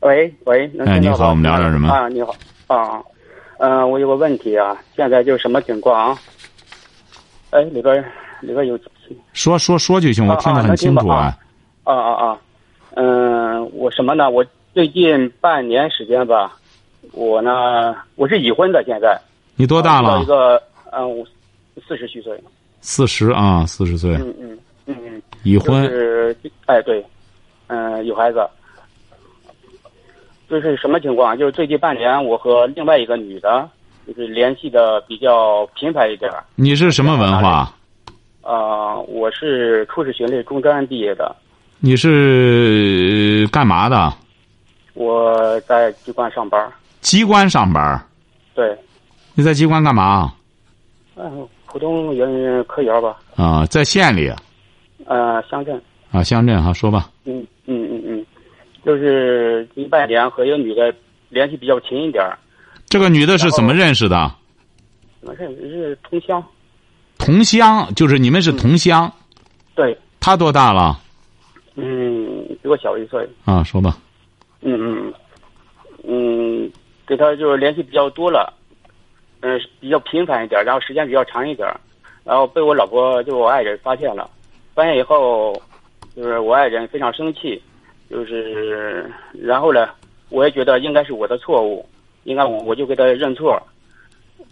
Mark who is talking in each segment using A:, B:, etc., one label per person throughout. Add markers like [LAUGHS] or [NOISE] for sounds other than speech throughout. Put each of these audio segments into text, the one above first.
A: 喂喂，能
B: 哎
A: 听
B: 你
A: 到
B: 好
A: 吧
B: 我们聊点什么
A: 啊，你好啊，嗯、我有个问题啊，现在就是什么情况啊？哎，里边里边有
B: 说说说就行，我
A: 啊
B: 听得
A: 啊
B: 很
A: 能听
B: 清
A: 到
B: 楚
A: 啊。啊啊啊，嗯、我什么呢？我最近半年时间吧，我呢我是已婚的，现在
B: 你多大
A: 到一
B: 了？
A: 个嗯，我四十虚岁，
B: 四十啊，四十岁，
A: 嗯嗯嗯嗯，
B: 已
A: 就
B: 婚。
A: 是哎对，嗯、有孩子。就是什么情况？就是最近半年，我和另外一个女的，就是联系的比较频繁一点儿。
B: 你是什么文化？
A: 呃，我是初始学历中专毕业的，
B: 你是呃干嘛的？
A: 我在机关上班儿。
B: 机关上班儿？
A: 对，
B: 你在机关干嘛？
A: 嗯、普通员科员吧，
B: 啊，在县里
A: 呃，乡镇。
B: 啊，乡镇哈，说吧。
A: 嗯嗯嗯嗯，就是近半年和一个女的联系比较勤一点儿，
B: 这个女的是怎么认识的？
A: 没事是同乡。
B: 同乡，就是你
A: 嗯
B: 们是同乡。
A: 对，
B: 她多大了？
A: 嗯，比我小一岁。
B: 啊，说吧。
A: 嗯嗯嗯，嗯，给他就是联系比较多了，嗯、比较频繁一点，然后时间比较长一点，然后被我老婆就我爱人发现了，发现以后，就是我爱人非常生气，就是然后呢，我也觉得应该是我的错误，应该我我就给他认错，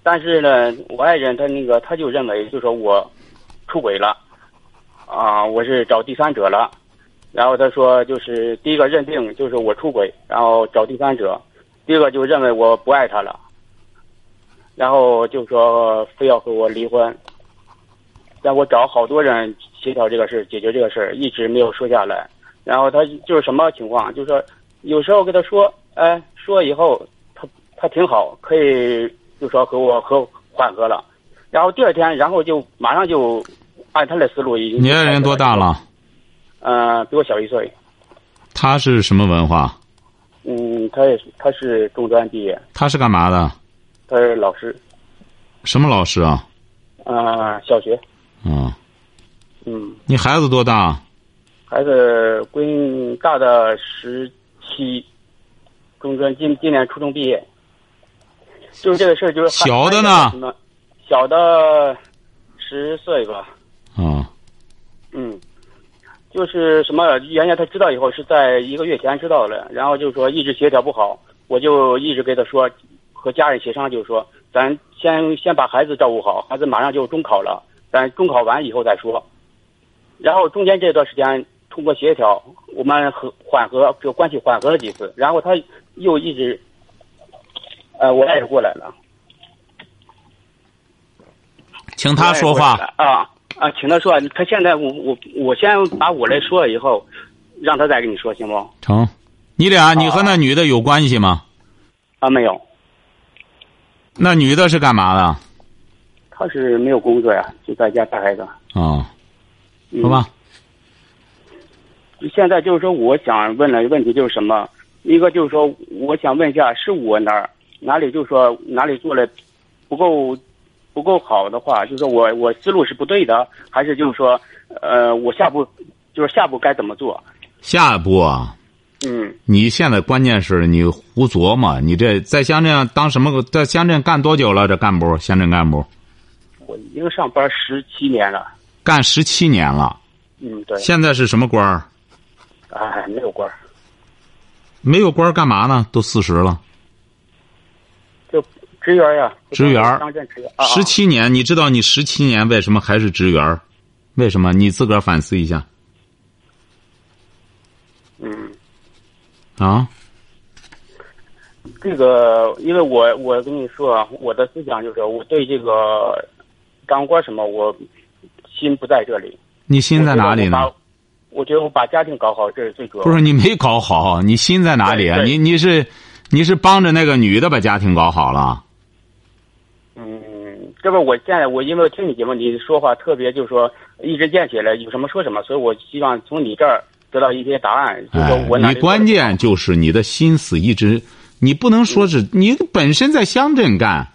A: 但是呢，我爱人他那个他就认为就说我出轨了，啊，我是找第三者了。然后他说，就是第一个认定就是我出轨，然后找第三者；第二个就认为我不爱他了，然后就说非要和我离婚。但我找好多人协调这个事，解决这个事，一直没有说下来。然后他就是什么情况？就是说有时候跟他说，哎，说以后他他挺好，可以就说和我和缓和了。然后第二天，然后就马上就按他的思路已经。
B: 你爱人多大？了？
A: 嗯、比我小一岁。
B: 她是什么文化？
A: 嗯，他也是，他是中专毕业，
B: 她是干嘛的？
A: 他是老师，
B: 什么老师啊？
A: 啊、小学，
B: 啊，
A: 嗯，
B: 你孩子多大？
A: 孩子闺大的十七，中专今今年初中毕业，就是这个事儿，就是还
B: 小的呢？
A: 还有什么小的十岁吧，
B: 啊，
A: 嗯，就是什么，原先他知道以后是在一个月前知道了，然后就说一直协调不好，我就一直跟他说，和家人协商，就是说咱先先把孩子照顾好，孩子马上就中考了，咱中考完以后再说。然后中间这段时间通过协调，我们和缓和这个关系缓和了几次，然后他又一直，呃，我爱人过来了，
B: 请她说话。
A: 啊啊，请他说，他现在我我我先把我来说了以后，让他再跟你说行不？
B: 成，你俩你
A: 哦
B: 和那女的有关系吗？
A: 啊，没有，
B: 那女的是干嘛的？啊、
A: 他是没有工作呀，就在家带孩子。
B: 啊
A: 嗯
B: 说吧，
A: 现在就是说，我想问的问题就是什么？一个就是说，我想问一下，是我哪儿哪里就是说哪里做的不够不够好的话，就是说我我思路是不对的，还是就是说，呃，我下步就是下步该怎么做？
B: 下一步啊，
A: 嗯，
B: 你现在关键是你胡琢磨，你这在乡镇当什么个？在乡镇干多久了？这干部，乡镇干部
A: 我已经上班十七年了，
B: 干十七年了，
A: 嗯，对，
B: 现在是什么官儿？
A: 哎，没有官儿，
B: 没有官儿干嘛呢？都四十了，
A: 就职员呀，
B: 职员儿
A: 乡镇职员，啊啊
B: 十七年，你知道你十七年为什么还是职员儿？为什么？你自个儿反思一下
A: 嗯。
B: 啊！
A: 这个，因为我我跟你说，啊，我的思想就是我对这个当官什么，我心不在这里。
B: 你心在哪里
A: 我觉得
B: 呢
A: 我把？我觉得我把家庭搞好，这是最主要的。
B: 不是你没搞好，你心在哪里啊？
A: 对对
B: 你你是你是帮着那个女的把家庭搞好了？
A: 嗯，这不，我现在我因为听你节目，你说话特别就是说一针见血了，有什么说什么，所以我希望从你这儿得到一些答案，就是说
B: 哎
A: 我，哪
B: 你
A: 里
B: 关键就是你的心思一直，你不能说是你本身在乡镇干，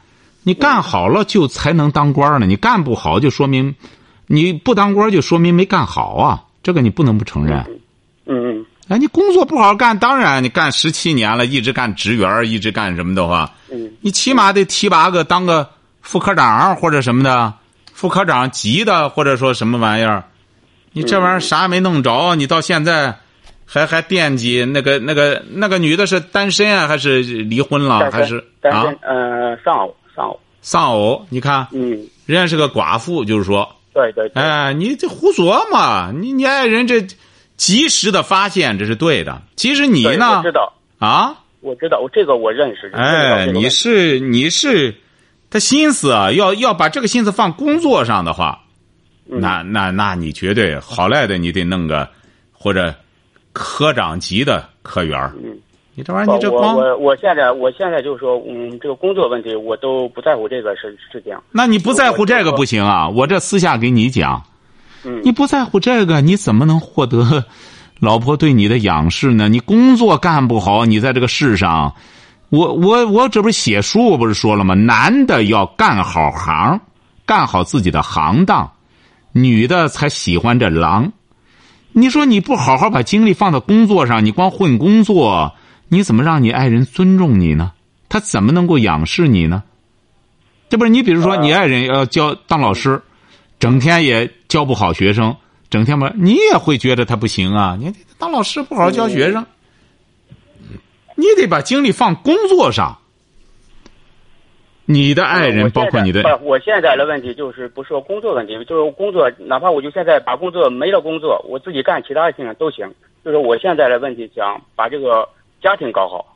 B: 你干好了就才能当官儿呢，你干不好就说明，你不当官儿就说明没干好啊，这个你不能不承认。
A: 嗯嗯
B: 哎，你工作不好好干，当然你干十七年了，一直干职员儿，一直干什么的话，
A: 嗯
B: 你起码得提拔个当个副科长或者什么的，副科长级的或者说什么玩意儿，你这玩意儿啥也没弄着，你到现在还还惦记那个那个那个女的是单身啊，还是离婚了，
A: 单
B: 还
A: 身
B: 是
A: 单
B: 啊
A: 身呃丧偶丧偶
B: 丧偶？你看
A: 嗯
B: 人家是个寡妇，就是说，
A: 对对对
B: 哎，你这胡琢磨，你你爱人这及时的发现这是对的，其实你
A: 对我
B: 呢
A: 知道
B: 啊。
A: 我知道我这个我认识
B: 哎，你是
A: 是
B: 你是，他心思啊，要要把这个心思放工作上的话，
A: 嗯
B: 那那那你绝对好赖的，你得弄个或者科长级的科员儿
A: 嗯
B: 你这玩意儿，
A: 我
B: 你这光，
A: 我我现在我现在就是说嗯这个工作问题我都不在乎这个事事情
B: 那你不在乎这个
A: 我
B: 不行啊！我这私下给你讲，
A: 嗯
B: 你不在乎这个，你怎么能获得老婆对你的仰视呢？你工作干不好，你在这个世上，我我我这不是写书，我不是说了吗？男的要干好行，干好自己的行当，女的才喜欢这狼。你说你不好好把精力放到工作上，你光混工作，你怎么让你爱人尊重你呢？他怎么能够仰视你呢？这不是你，比如
A: 呃
B: 说你爱人要教当老师，整天也教不好学生，整天吧，你也会觉得他不行啊！你当老师不好好教学生，你得把精力放工作上。你的爱人，
A: 我现在呃
B: 包括你的，
A: 不是我现在的问题就是不是说工作问题，就是工作，哪怕我就现在把工作没了工作，我自己干其他的事情都行。就是我现在的问题，想把这个家庭搞好。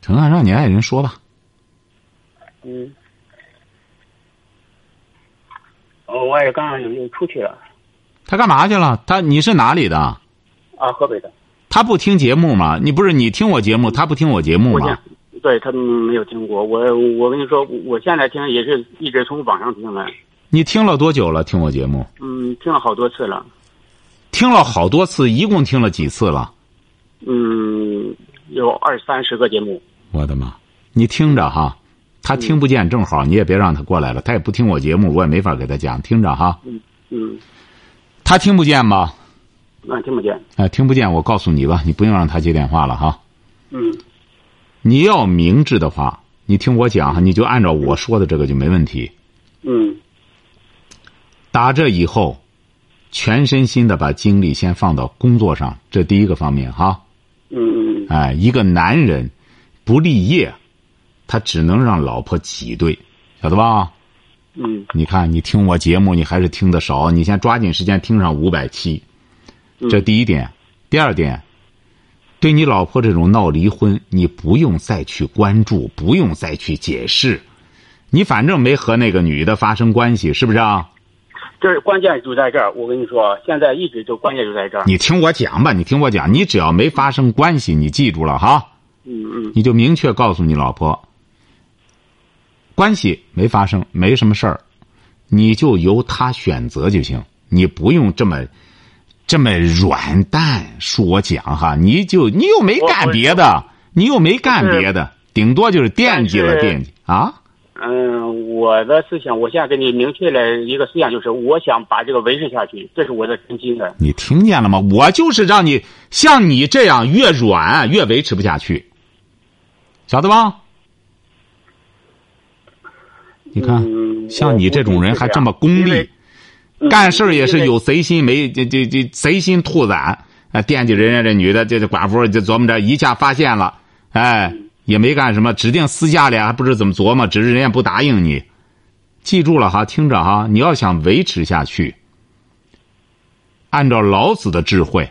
B: 成啊，让你爱人说吧。
A: 嗯。哦，我也刚刚又出去了
B: 他干嘛去了？他你是哪里的？
A: 啊，河北的，
B: 他不听节目吗？你不是你听我节目，他不听我节目
A: 我
B: 吗
A: 见？，对他们没有听过。我我跟你说，我现在听也是一直从网上听的，
B: 你听了多久了？听我节目
A: 嗯，听了好多次了，
B: 听了好多次，一共听了几次了？
A: 嗯，有二三十个节目。
B: 我的妈！你听着哈，他听不见，正好你也别让他过来了，他也不听我节目，我也没法给他讲。听着哈，
A: 嗯，
B: 他听不见吗？
A: 那听不见。
B: 啊、听不见，我告诉你吧，你不用让他接电话了哈。
A: 嗯。
B: 你要明智的话，你听我讲哈，你就按照我说的这个就没问题。
A: 嗯
B: 打这以后，全身心的把精力先放到工作上，这第一个方面哈。
A: 嗯嗯
B: 哎，一个男人不立业，他只能让老婆挤兑，晓得吧？
A: 嗯
B: 你看，你听我节目，你还是听得少，你先抓紧时间听上五百期，这第一点。第二点，对你老婆这种闹离婚，你不用再去关注，不用再去解释，你反正没和那个女的发生关系，是不是啊？
A: 这关键就在这儿。我跟你说，现在一直就关键就在这儿。
B: 你听我讲吧，你听我讲，你只要没发生关系，你记住了哈，
A: 嗯嗯
B: 你就明确告诉你老婆，关系没发生，没什么事儿，你就由她选择就行，你不用这么这么软淡恕我讲哈，你就你又没干别的，你又没干别的，顶多就是惦记了
A: 但是
B: 惦记啊，
A: 嗯，我的思想，我现在给你明确了一个思想，就是我想把这个维持下去，这是我的真心的。
B: 你听见了吗？我就是让你像你这样越软越维持不下去，晓得吧？你看，
A: 嗯，
B: 像你这种人还这么功利，干事儿也是有贼心没这这这贼心兔胆，啊，惦记人家这女的，这这寡妇就琢磨着，一下发现了，哎，也没干什么，指定私下里还不知怎么琢磨，只是人家不答应你。记住了哈，听着哈，你要想维持下去，按照老子的智慧，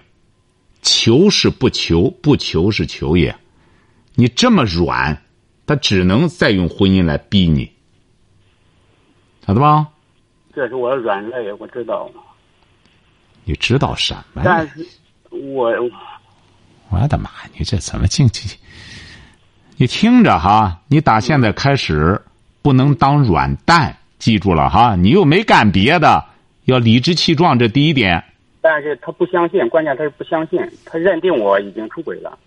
B: 求是不求，不求是求也。你这么软，他只能再用婚姻来逼你，晓得吧？
A: 这是我的软肋，我知道。
B: 你知道什么哎呀
A: 但？是我
B: 我的妈！你这怎么进去？你听着哈，你打现在开始不能当软蛋，记住了哈。你又没干别的，要理直气壮，这第一点。
A: 但是他不相信，关键他是不相信，他认定我已经出轨了。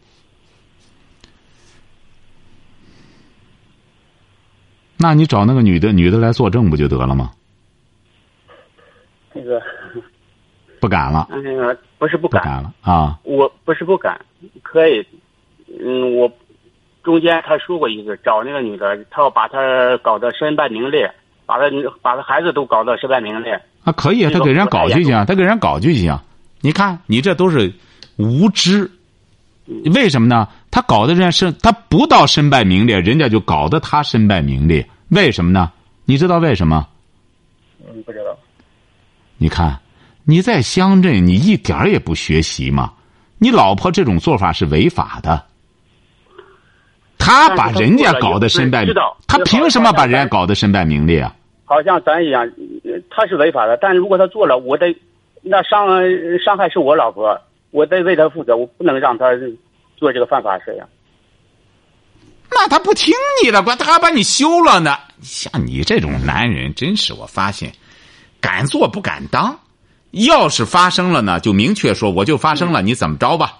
B: 那你找那个女的，女的来作证不就得了吗？
A: 那个，
B: 不敢了，
A: 嗯，不是不
B: 不
A: 敢，
B: 敢了啊！
A: 我不是不敢，可以，嗯，我中间他说过一次，找那个女的，他要把她搞得身败名裂，把她把她孩子都搞得身败名裂。
B: 啊，可以啊，
A: 这
B: 他
A: 个
B: 给人
A: 不太
B: 搞进
A: 严
B: 去啊，他给人搞进去啊！你看，你这都是无知，为什么呢？他搞得人家身，他不到身败名裂，人家就搞得他身败名裂，为什么呢？你知道为什么？
A: 嗯，不知道。
B: 你看，你在乡镇，你一点儿也不学习吗？你老婆这种做法是违法的。他把
A: 但是他
B: 人家
A: 做了
B: 搞
A: 也
B: 得
A: 不
B: 身
A: 是
B: 败
A: 知道，
B: 他
A: 知道
B: 凭什么
A: 他
B: 把
A: 想
B: 人家
A: 干
B: 搞得身败名裂啊？
A: 好像咱一样，呃他是违法的，但是如果他做了，我得那伤呃伤害是我老婆，我得为他负责，我不能让他做这个犯法事呀。
B: 那他不听你的，管他还把你休了呢。像你这种男人，真是我发现，敢做不敢当。要是发生了呢，就明确说我就发生了，你怎么着吧？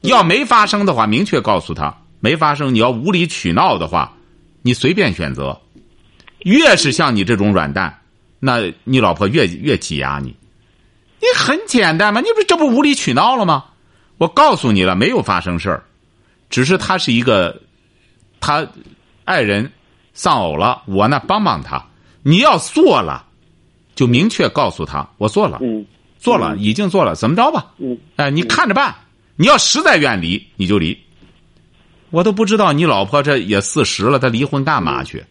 B: 要没发生的话，明确告诉他没发生。你要无理取闹的话，你随便选择。越是像你这种软蛋，那你老婆越越挤压你。你很简单嘛，你不这不无理取闹了吗？我告诉你了，没有发生事儿，只是他是一个他爱人丧偶了，我呢帮帮他。你要做了，就明确告诉他我做了，
A: 嗯
B: 做了，已经做了，怎么着吧？
A: 嗯，
B: 哎，你看着办。你要实在愿离，你就离。我都不知道你老婆这也四十了，她离婚干嘛去？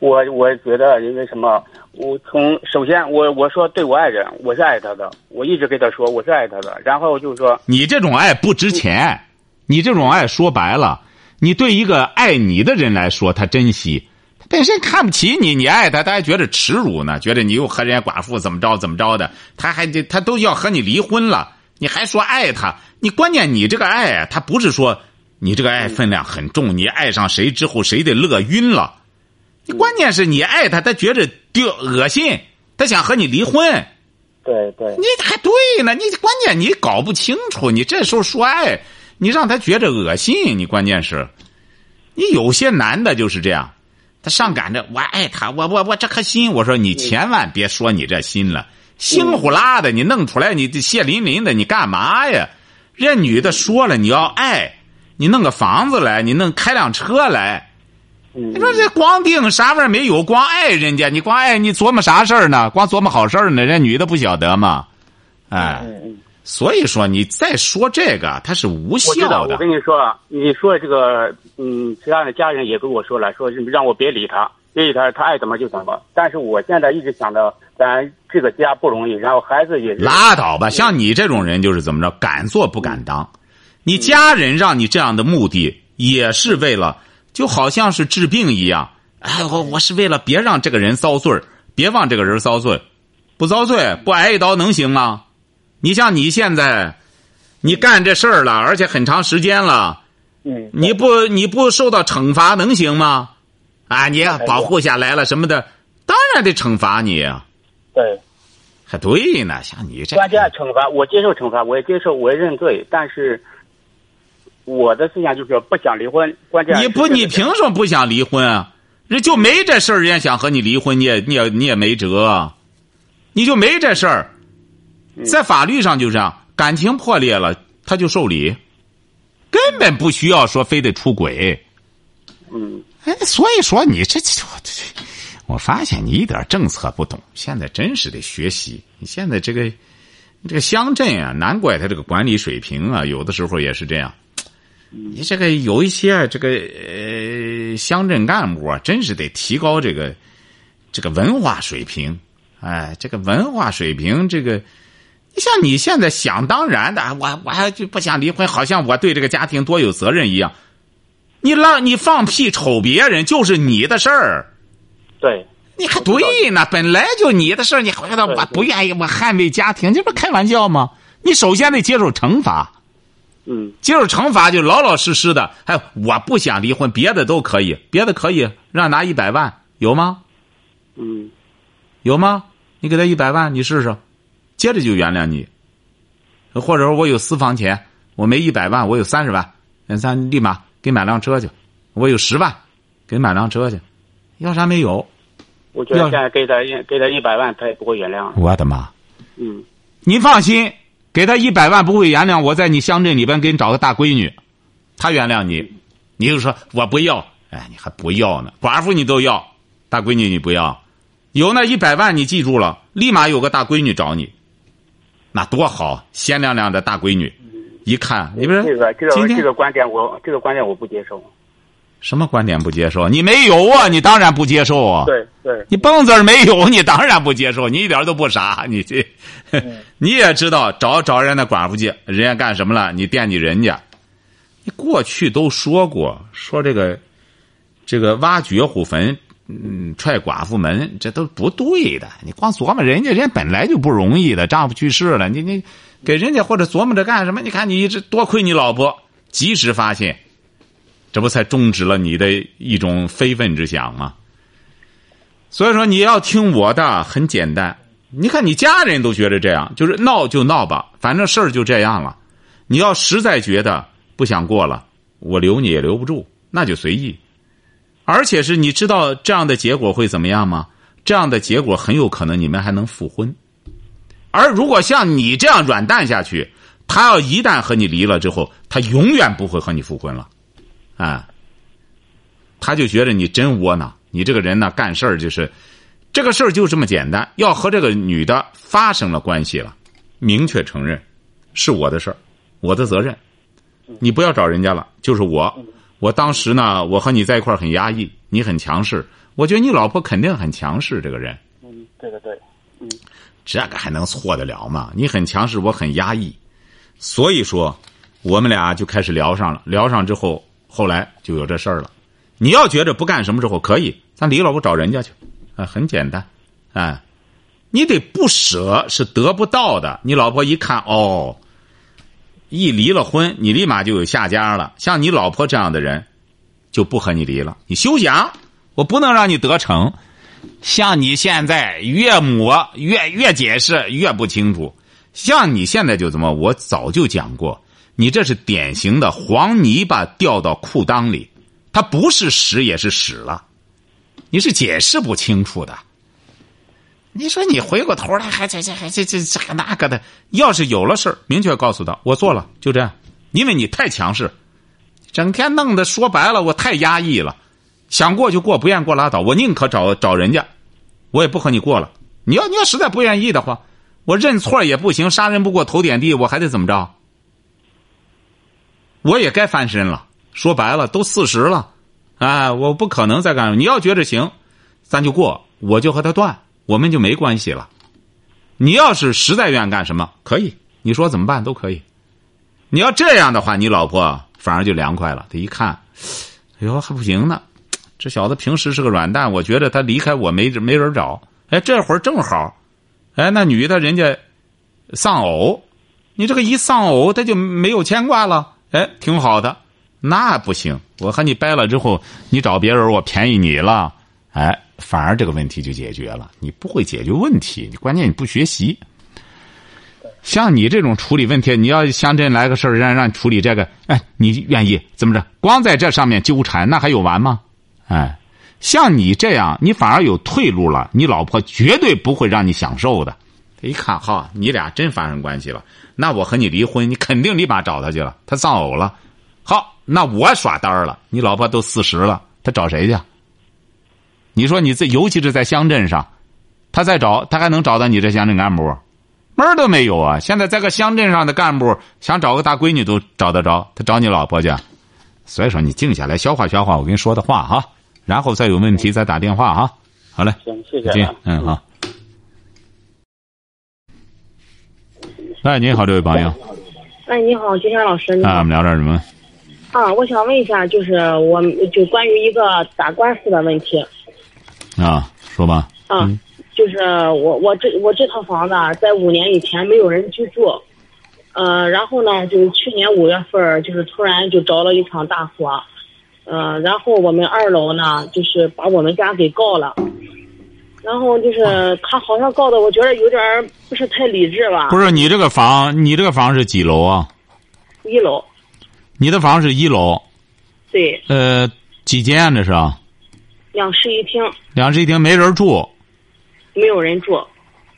A: 我我觉得因为什么？我从首先我我说对我爱人，我是爱他的，我一直跟他说我是爱他的，然后就是说
B: 你这种爱不值钱，你这种爱说白了，你对一个爱你的人来说，他珍惜，他本身看不起你，你爱他，他还觉得耻辱呢，觉得你又和人家寡妇怎么着怎么着的，他还得他都要和你离婚了，你还说爱他？你关键你这个爱啊，他不是说你这个爱分量很重，你爱上谁之后谁得乐晕了，你关键是你爱他，他觉着丢恶心，他想和你离婚。
A: 对对
B: 你还对呢，你关键你搞不清楚，你这时候说爱，你让他觉着恶心，你关键是，你有些男的就是这样，他上赶着我爱他，我我我这颗心，我说你千万别说你这心了，星呼啦的，你弄出来你这血淋淋的，你干嘛呀？人家女的说了你要爱，你弄个房子来，你弄开辆车来，
A: 嗯
B: 你说这光定啥味儿没有？光爱人家，你光爱你琢磨啥事儿呢？光琢磨好事儿呢？人家女的不晓得吗？哎，
A: 嗯，
B: 所以说你再说这个，它是无
A: 我知道，
B: 效
A: 我
B: 的。
A: 跟你说啊，你说这个嗯，其他的家人也跟我说了，说是让我别理他，别理他，他爱怎么就怎么。但是我现在一直想着，咱这个家不容易，然后孩子也是
B: 拉倒吧，像你这种人就是怎么着，敢做不敢当。你家人让你这样的目的，也是为了，就好像是治病一样。哎，我我是为了别让这个人遭罪儿别让这个人遭罪，不遭罪不挨一刀能行吗？你像你现在，你干这事儿了，而且很长时间了。
A: 嗯，
B: 你不你不受到惩罚能行吗？啊，你要保护下来了什么的，当然得惩罚你啊。
A: 对。
B: 还对呢，像你这
A: 关键惩罚，
B: 嗯
A: 我接受惩罚，我也接受，我也认罪，但是我的思想就是说不想离婚。关键
B: 你不
A: 是这个
B: 你凭什么不想离婚啊？人就没这事儿，人家想和你离婚，你也你也你也没辙啊，你就没这事儿，在法律上就这样，感情破裂了他就受理，根本不需要说非得出轨。
A: 嗯，
B: 哎，所以说你这这我这，我发现你一点政策不懂，现在真是得学习。你现在这个这个乡镇啊，难怪他这个管理水平啊，有的时候也是这样。你这个有一些啊这个呃乡镇干部啊，真是得提高这个这个文化水平。哎，这个文化水平，这个你像你现在想当然的，啊我我还就不想离婚，好像我对这个家庭多有责任一样。你让你放屁瞅别人就是你的事儿，
A: 对，
B: 你还对呢，本来就你的事儿，你回到
A: 对
B: 我
A: 对
B: 不愿意，我捍卫家庭，这不是开玩笑吗？你首先得接受惩罚，
A: 嗯
B: 接受惩罚就老老实实的。哎，我不想离婚，别的都可以，别的可以让拿一百万，有吗？
A: 嗯
B: 有吗？你给他一百万，你试试，接着就原谅你。或者说我有私房钱，我没一百万，我有三十万，那咱立马给买辆车去。我有十万，给买辆车去。要啥没有？
A: 我觉得
B: 要
A: 现在给他一给他一百万，他也不会原谅。
B: 我的妈！
A: 嗯
B: 您放心，给他一百万不会原谅。我在你乡镇里边给你找个大闺女，她原谅你，你就说我不要。哎，你还不要呢？寡妇你都要，大闺女你不要。有那一百万，你记住了，立马有个大闺女找你，那多好，鲜亮亮的大闺女，一看哎你不是
A: 这个这
B: 今
A: 个
B: 天
A: 这个观点我这个观点我不接受。
B: 什么观点不接受？你没有啊，你当然不接受啊。
A: 对对，
B: 你蹦字儿没有，你当然不接受，你一点都不傻，你这， [LAUGHS] 你也知道找找人家寡妇去，人家干什么了？你惦记人家，你过去都说过，说这个，这个挖掘虎坟，嗯，踹寡妇门，这都不对的。你光琢磨人家，人家本来就不容易的，丈夫去世了，你你给人家或者琢磨着干什么？你看你一直多亏你老婆及时发现，这不才终止了你的一种非分之想吗？所以说你要听我的，很简单。你看你家人都觉得这样，就是闹就闹吧，反正事儿就这样了。你要实在觉得不想过了，我留你也留不住，那就随意。而且是你知道这样的结果会怎么样吗？这样的结果很有可能你们还能复婚。而如果像你这样软蛋下去，他要一旦和你离了之后，他永远不会和你复婚了，啊、他就觉得你真窝囊，你这个人呢干事儿就是，这个事儿就这么简单，要和这个女的发生了关系了，明确承认是我的事儿，我的责任，你不要找人家了，就是我。我当时呢，我和你在一块儿很压抑，你很强势，我觉得你老婆肯定很强势，这个人。
A: 嗯，对对对，
B: 这个还能错得了吗？你很强势，我很压抑，所以说我们俩就开始聊上了。聊上之后，后来就有这事儿了。你要觉着不干什么之后可以，咱离了我找人家去，啊，很简单，哎，你得不舍是得不到的。你老婆一看哦，一离了婚，你立马就有下家了。像你老婆这样的人，就不和你离了。你休想，我不能让你得逞。像你现在越磨越越解释越不清楚，像你现在就怎么？我早就讲过，你这是典型的黄泥巴掉到裤裆里，它不是屎也是屎了，你是解释不清楚的。你说你回过头来还这这还这这这个那个的，要是有了事儿，明确告诉他我做了，就这样，因为你太强势，整天弄得说白了我太压抑了。想过就过，不愿过拉倒。我宁可找找人家，我也不和你过了。你要你要实在不愿意的话，我认错也不行，杀人不过头点地，我还得怎么着？我也该翻身了。说白了，都四十了，哎，我不可能再干了。你要觉着行，咱就过，我就和他断，我们就没关系了。你要是实在愿干什么，可以，你说怎么办都可以。你要这样的话，你老婆反而就凉快了。她一看，哎呦还不行呢，这小子平时是个软蛋，我觉得他离开我没没人找。哎，这会儿正好，哎，那女的人家丧偶，你这个一丧偶，他就没有牵挂了。哎，挺好的，那不行，我和你掰了之后，你找别人，我便宜你了。哎，反而这个问题就解决了。你不会解决问题，你关键你不学习。像你这种处理问题，你要乡镇来个事儿，让让你处理这个，哎，你愿意怎么着？光在这上面纠缠，那还有完吗？哎，像你这样，你反而有退路了。你老婆绝对不会让你享受的。一看哈，你俩真发生关系了，那我和你离婚，你肯定立马找他去了。他丧偶了，好，那我耍单儿了。你老婆都四十了，他找谁去？啊你说你这，尤其是在乡镇上，他再找，他还能找到你这乡镇干部？门儿都没有啊！现在在个乡镇上的干部想找个大闺女都找得着，他找你老婆去。啊所以说，你静下来消化消化我跟你说的话哈、然后再有问题再打电话哈、好嘞，
A: 行，谢谢
B: 再见
A: 啊，。
B: 嗯，好。哎，您好，这位朋友
C: 哎，你好，金山老师，你好
B: 啊，我们聊点什么？
C: 啊，我想问一下，就是我就关于一个打官司的问题。
B: 啊，说吧。
C: 啊，就是我我这我这套房子啊在五年以前没有人居住，呃，然后呢，就是去年五月份儿就是突然就着了一场大火，呃，然后我们二楼呢就是把我们家给告了，然后就是他好像告的，我觉得有点儿不是太理智吧，
B: 不是你这个房，你这个房是几楼啊？
C: 一楼，
B: 你的房是一楼，
C: 对，
B: 呃，几间啊？这是啊
C: 两室一厅，
B: 两室一厅，没人住，
C: 没有人住，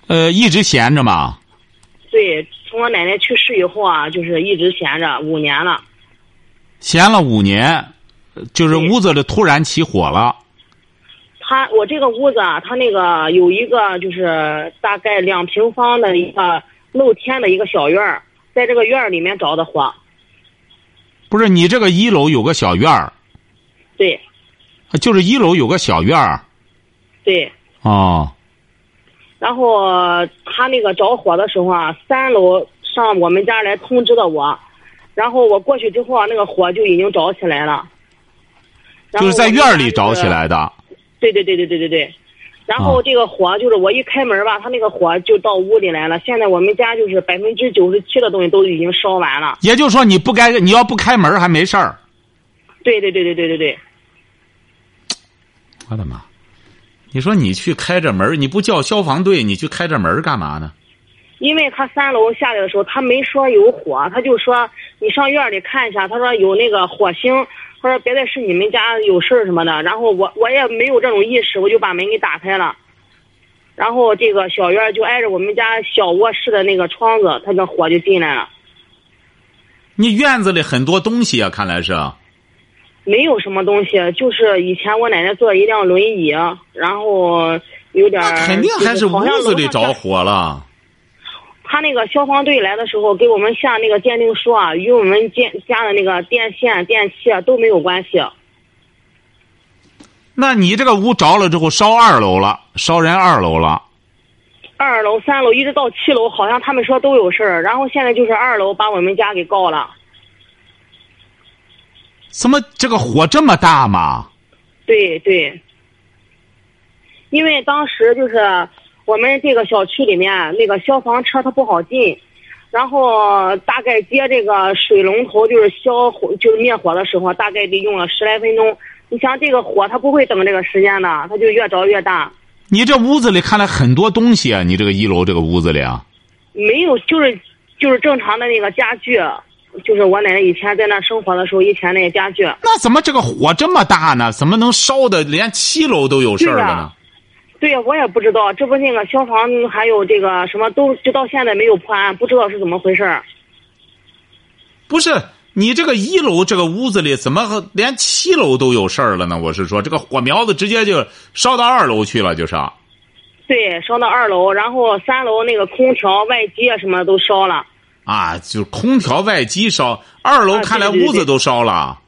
B: 呃，一直闲着嘛。
C: 对，从我奶奶去世以后啊，就是一直闲着，五年了，
B: 闲了五年，就是
C: 对
B: 屋子里突然起火了，
C: 他我这个屋子啊，他那个有一个就是大概两平方的一个露天的一个小院儿，在这个院儿里面着的火。
B: 不是你这个一楼有个小院儿，
C: 对
B: 就是一楼有个小院儿
C: 对，
B: 哦，
C: 然后他那个着火的时候啊，三楼上我们家来通知的我，然后我过去之后啊，那个火就已经着起来了。然
B: 就
C: 后
B: 是在
C: 我们
B: 院儿
C: 家
B: 里
C: 那
B: 着
C: 个
B: 起来的。
C: 对对对对对对对。然后
B: 啊
C: 这个火就是我一开门吧，它那个火就到屋里来了。现在我们家就是百分之九十七的东西都已经烧完了。
B: 也就是说，你不该，你要不开门还没事儿。
C: 对对对对对对对，
B: 我的妈！你说你去开这门儿，你不叫消防队，你去开这门儿干嘛呢？
C: 因为他三楼下来的时候，他没说有火，他就说你上院里看一下，他说有那个火星，他说别再是你们家有事儿什么的。然后我我也没有这种意识，我就把门给打开了。然后这个小院就挨着我们家小卧室的那个窗子，他这火就进来了，
B: 你院子里很多东西啊，看来是。
C: 没有什么东西，就是以前我奶奶坐一辆轮椅，然后有点儿
B: 那肯定还
C: 就是
B: 屋
C: 好像
B: 子里
C: 楼上
B: 着火了。
C: 他那个消防队来的时候，给我们下那个鉴定书啊，与我们家家的那个电线、电器啊都没有关系。
B: 那你这个屋着了之后，烧二楼了，烧人二楼了。
C: 二楼、三楼一直到七楼，好像他们说都有事儿。然后现在就是二楼把我们家给告了。
B: 怎么这个火这么大嘛？
C: 对对，因为当时就是我们这个小区里面那个消防车它不好进，然后大概接这个水龙头就是消火就是灭火的时候，大概得用了十来分钟。你想这个火它不会等这个时间的，它就越着越大。
B: 你这屋子里看来很多东西啊，你这个一楼这个屋子里啊，
C: 没有，就是就是正常的那个家具，就是我奶奶以前在那生活的时候，以前那个家具。
B: 那怎么这个火这么大呢？怎么能烧的连七楼都有事儿了呢？
C: 对呀，我也不知道，这不那个消防还有这个什么都，就到现在没有破案，不知道是怎么回事儿。
B: 不是你这个一楼这个屋子里怎么连七楼都有事儿了呢？我是说这个火苗子直接就烧到二楼去了，就是啊。
C: 对，烧到二楼，然后三楼那个空调、外机啊什么都烧了。
B: 啊，就是空调外机烧，二楼
C: 啊
B: 看来
C: 对对对
B: 屋子都烧了。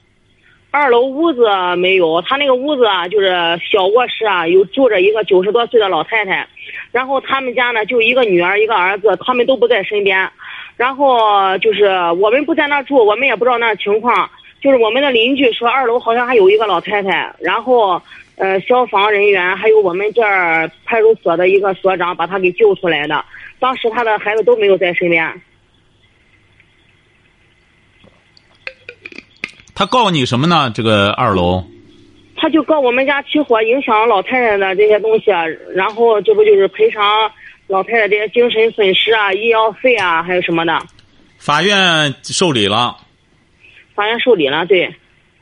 C: 二楼屋子没有，他那个屋子啊，就是小卧室啊，有住着一个九十多岁的老太太，然后他们家呢就一个女儿一个儿子，他们都不在身边，然后就是我们不在那儿住，我们也不知道那儿情况，就是我们的邻居说二楼好像还有一个老太太，然后呃消防人员还有我们这儿派出所的一个所长把她给救出来的，当时她的孩子都没有在身边，
B: 他告你什么呢？这个二楼
C: 他就告我们家起火影响老太太的这些东西，啊，然后这不就是赔偿老太太这些精神损失啊、医药费啊，还有什么的，
B: 法院受理了，
C: 法院受理了。对，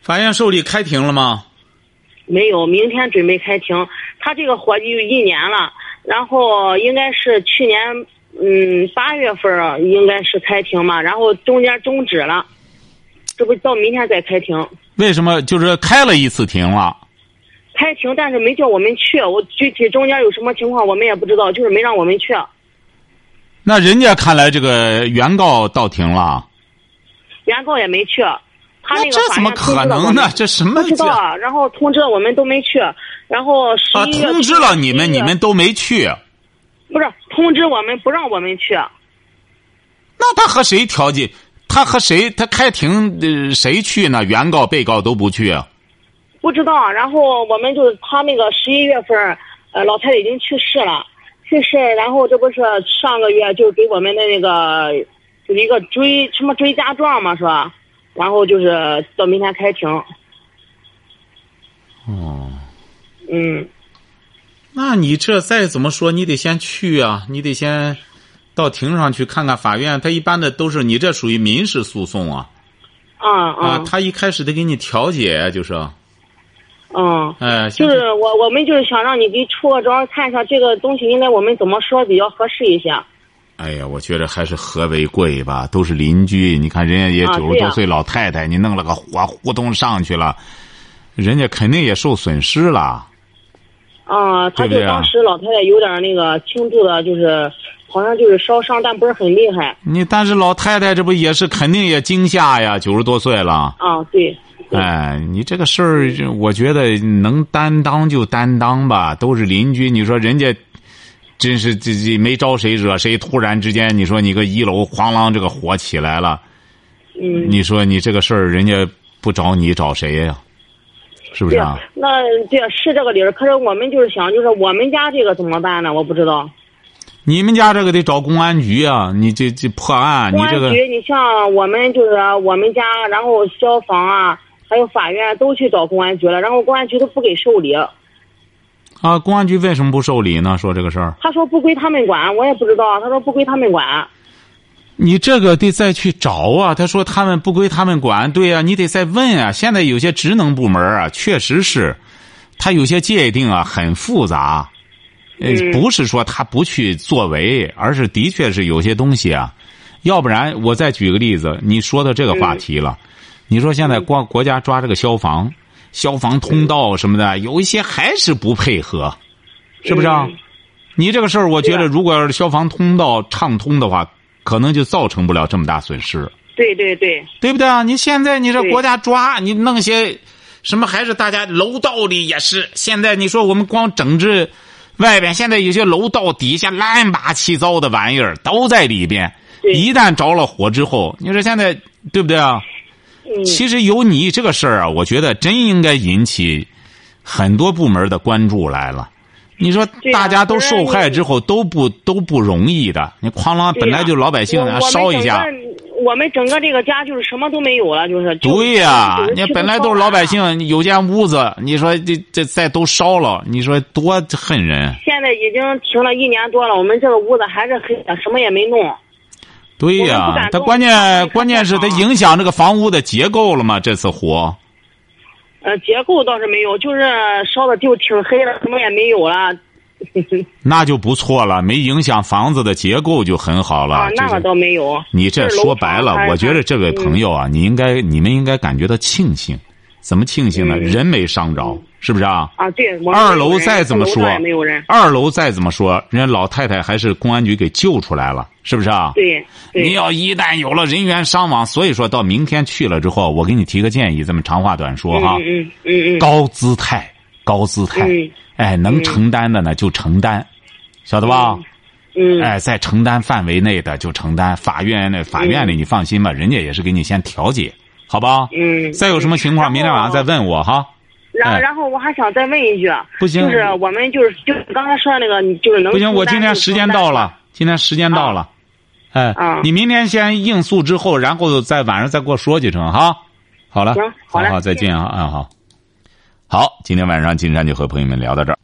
B: 法院受理开庭了吗？
C: 没有，明天准备开庭。他这个火就一年了，然后应该是去年嗯八月份儿应该是开庭嘛，然后中间终止了，这不到明天再开庭。
B: 为什么就是开了一次庭了？
C: 开庭，但是没叫我们去，我具体中间有什么情况我们也不知道，就是没让我们去。
B: 那人家看来这个原告到庭了，啊
C: 原告也没去，
B: 那
C: 他那个
B: 这
C: 法
B: 怎么
C: 院通
B: 可
C: 知了我
B: 能
C: 们
B: 呢？这什么
C: 不知道
B: 啊？
C: 啊，然后通知了我们都没去，然后十一月、
B: 通知了你们，
C: 11月
B: 你们都没去，
C: 不是通知我们不让我们去，
B: 那他和谁调解？他和谁？他开庭、呃、谁去呢？原告、被告都不去啊。
C: 不知道啊。然后我们就是他那个十一月份儿，呃，老太太已经去世了，去世，然后这不是上个月就是给我们的那个就是一个追什么追加状嘛，是吧？然后就是到明天开庭，
D: 哦，
C: 嗯，
B: 那你这再怎么说，你得先去啊，你得先到庭上去看看法院。他一般的都是你这属于民事诉讼啊，
C: 啊
B: 啊
C: 啊，
B: 他一开始得给你调解，啊就是，
C: 嗯。
B: 哎，先
C: 就是我，我们就是想让你给出个招，看一下这个东西应该我们怎么说比较合适一些。
B: 哎呀，我觉得还是和为贵吧，都是邻居。你看人家也
C: 啊
B: 九
C: 对
B: 十多
C: 呀
B: 岁老太太，你弄了个火胡同上去了，人家肯定也受损失了。
C: 啊，他
B: 对不
C: 就
B: 对啊
C: 当时老太太有点那个轻度的，就是好像就是烧伤，但不是很厉害。
B: 你但是老太太这不也是肯定也惊吓呀，九十多岁了。
C: 啊，对，对
B: 哎，你这个事儿，我觉得能担当就担当吧，都是邻居。你说人家真是这这没招谁惹谁，突然之间你说你个一楼哐啷这个火起来了，
C: 嗯，
B: 你说你这个事儿，人家不找你找谁呀、是不是
C: 对
B: 啊？，
C: 那对是这个理儿。可是我们就是想，就是我们家这个怎么办呢？我不知道。
B: 你们家这个得找公安局啊！你这这破案，你
C: 公安
B: 这个
C: 局，你像我们就是我们家，然后消防啊，还有法院都去找公安局了，然后公安局都不给受理。
B: 啊，公安局为什么不受理呢？说这个事儿，
C: 他说不归他们管，我也不知道。啊他说不归他们管。
B: 你这个得再去找啊！他说他们不归他们管，对呀、你得再问啊！现在有些职能部门啊，确实是，他有些界定啊很复杂，呃，
C: 嗯
B: 不是说他不去作为，而是的确是有些东西啊，要不然我再举个例子，你说到这个话题了，你说现在光国家抓这个消防、消防通道什么的，有一些还是不配合，是不是啊？
C: 嗯
B: 你这个事儿，我觉得
C: 对啊
B: 如果要是消防通道畅通的话，可能就造成不了这么大损失，
C: 对对对，
B: 对不对啊？你现在你这
C: 对
B: 国家抓你弄些什么，还是大家楼道里也是。现在你说我们光整治外边，现在有些楼道底下乱八七糟的玩意儿都在里边。
C: 对
B: 一旦着了火之后，你说现在对不对啊？
C: 嗯，
B: 其实有你这个事儿啊，我觉得真应该引起很多部门的关注来了。你说
C: 对啊呀
B: 大家都
C: 不然
B: 受害
C: 你
B: 之后都不都不容易的，你哐啷
C: 对
B: 本
C: 呀
B: 来就老百姓
C: 我
B: 啊
C: 我们
B: 烧一下
C: 整，个我们整个这个家就是什么都没有了，就是就
B: 对呀、
C: 就是
B: 你
C: 去
B: 本来
C: 烧
B: 都是
C: 完
B: 老百
C: 了。
B: 姓，有间屋子，你说这这再都烧了，你说多恨人。啊
C: 现在已经停了一年多了，我们这个屋子还是黑的，什么也没弄。
B: 对呀、
C: 我们不敢
B: 它
C: 动
B: 关
C: 它
B: 键
C: 不
B: 关键是它
C: 敢动
B: 影响这个房屋的结构了嘛？这次火，
C: 呃，结构倒是没有，就是烧的就挺黑了，什么也没有了。
B: 那就不错了，没影响房子的结构就很好了。
C: 啊，
B: 就
C: 那
B: 是
C: 个倒没有。
B: 你这
C: 是楼
B: 说
C: 房
B: 白了
C: 还，
B: 我觉得
C: 还嗯
B: 这位朋友啊，你应该你们应该感觉到庆幸，怎么庆幸呢？
C: 嗯
B: 人没伤着，是不是啊？
C: 啊，对，我们
B: 二
C: 没有
B: 楼
C: 人
B: 再怎么
C: 楼
B: 说
C: 上也没有人，。
B: 二楼再怎么说，人家老太太还是公安局给救出来了，是不是啊？
C: 对
B: 你
C: 对，
B: 要一旦有了人员伤亡，所以说到明天去了之后，我给你提个建议，咱们长话短说
C: 嗯
B: 哈，
C: 嗯嗯嗯
B: 高姿态，高姿态，
C: 嗯
B: 哎，能承担的呢就承担，晓得吧？
C: 嗯嗯，
B: 哎，在承担范围内的就承担，法院那法院里你放心吧，人家也是给你先调解，好吧？
C: 嗯
B: 再有什么情
C: 然
B: 况，
C: 后
B: 明天晚上再问我哈。
C: 然后
B: 哎
C: 然后我还想再问一句，啊
B: 不行
C: 就是我们就是就是刚才说的那个，你就是能
B: 不行，
C: 承
B: 我
C: 担
B: 今天
C: 就
B: 时
C: 承
B: 间
C: 担
B: 到了，今天时间到了，哎
C: 啊，
B: 你明天先应诉之后，然后再晚上再给我说几声哈。好了
C: 行，好嘞
B: 好，再
C: 谢谢
B: 见啊，啊好。好，今天晚上金山就和朋友们聊到这儿。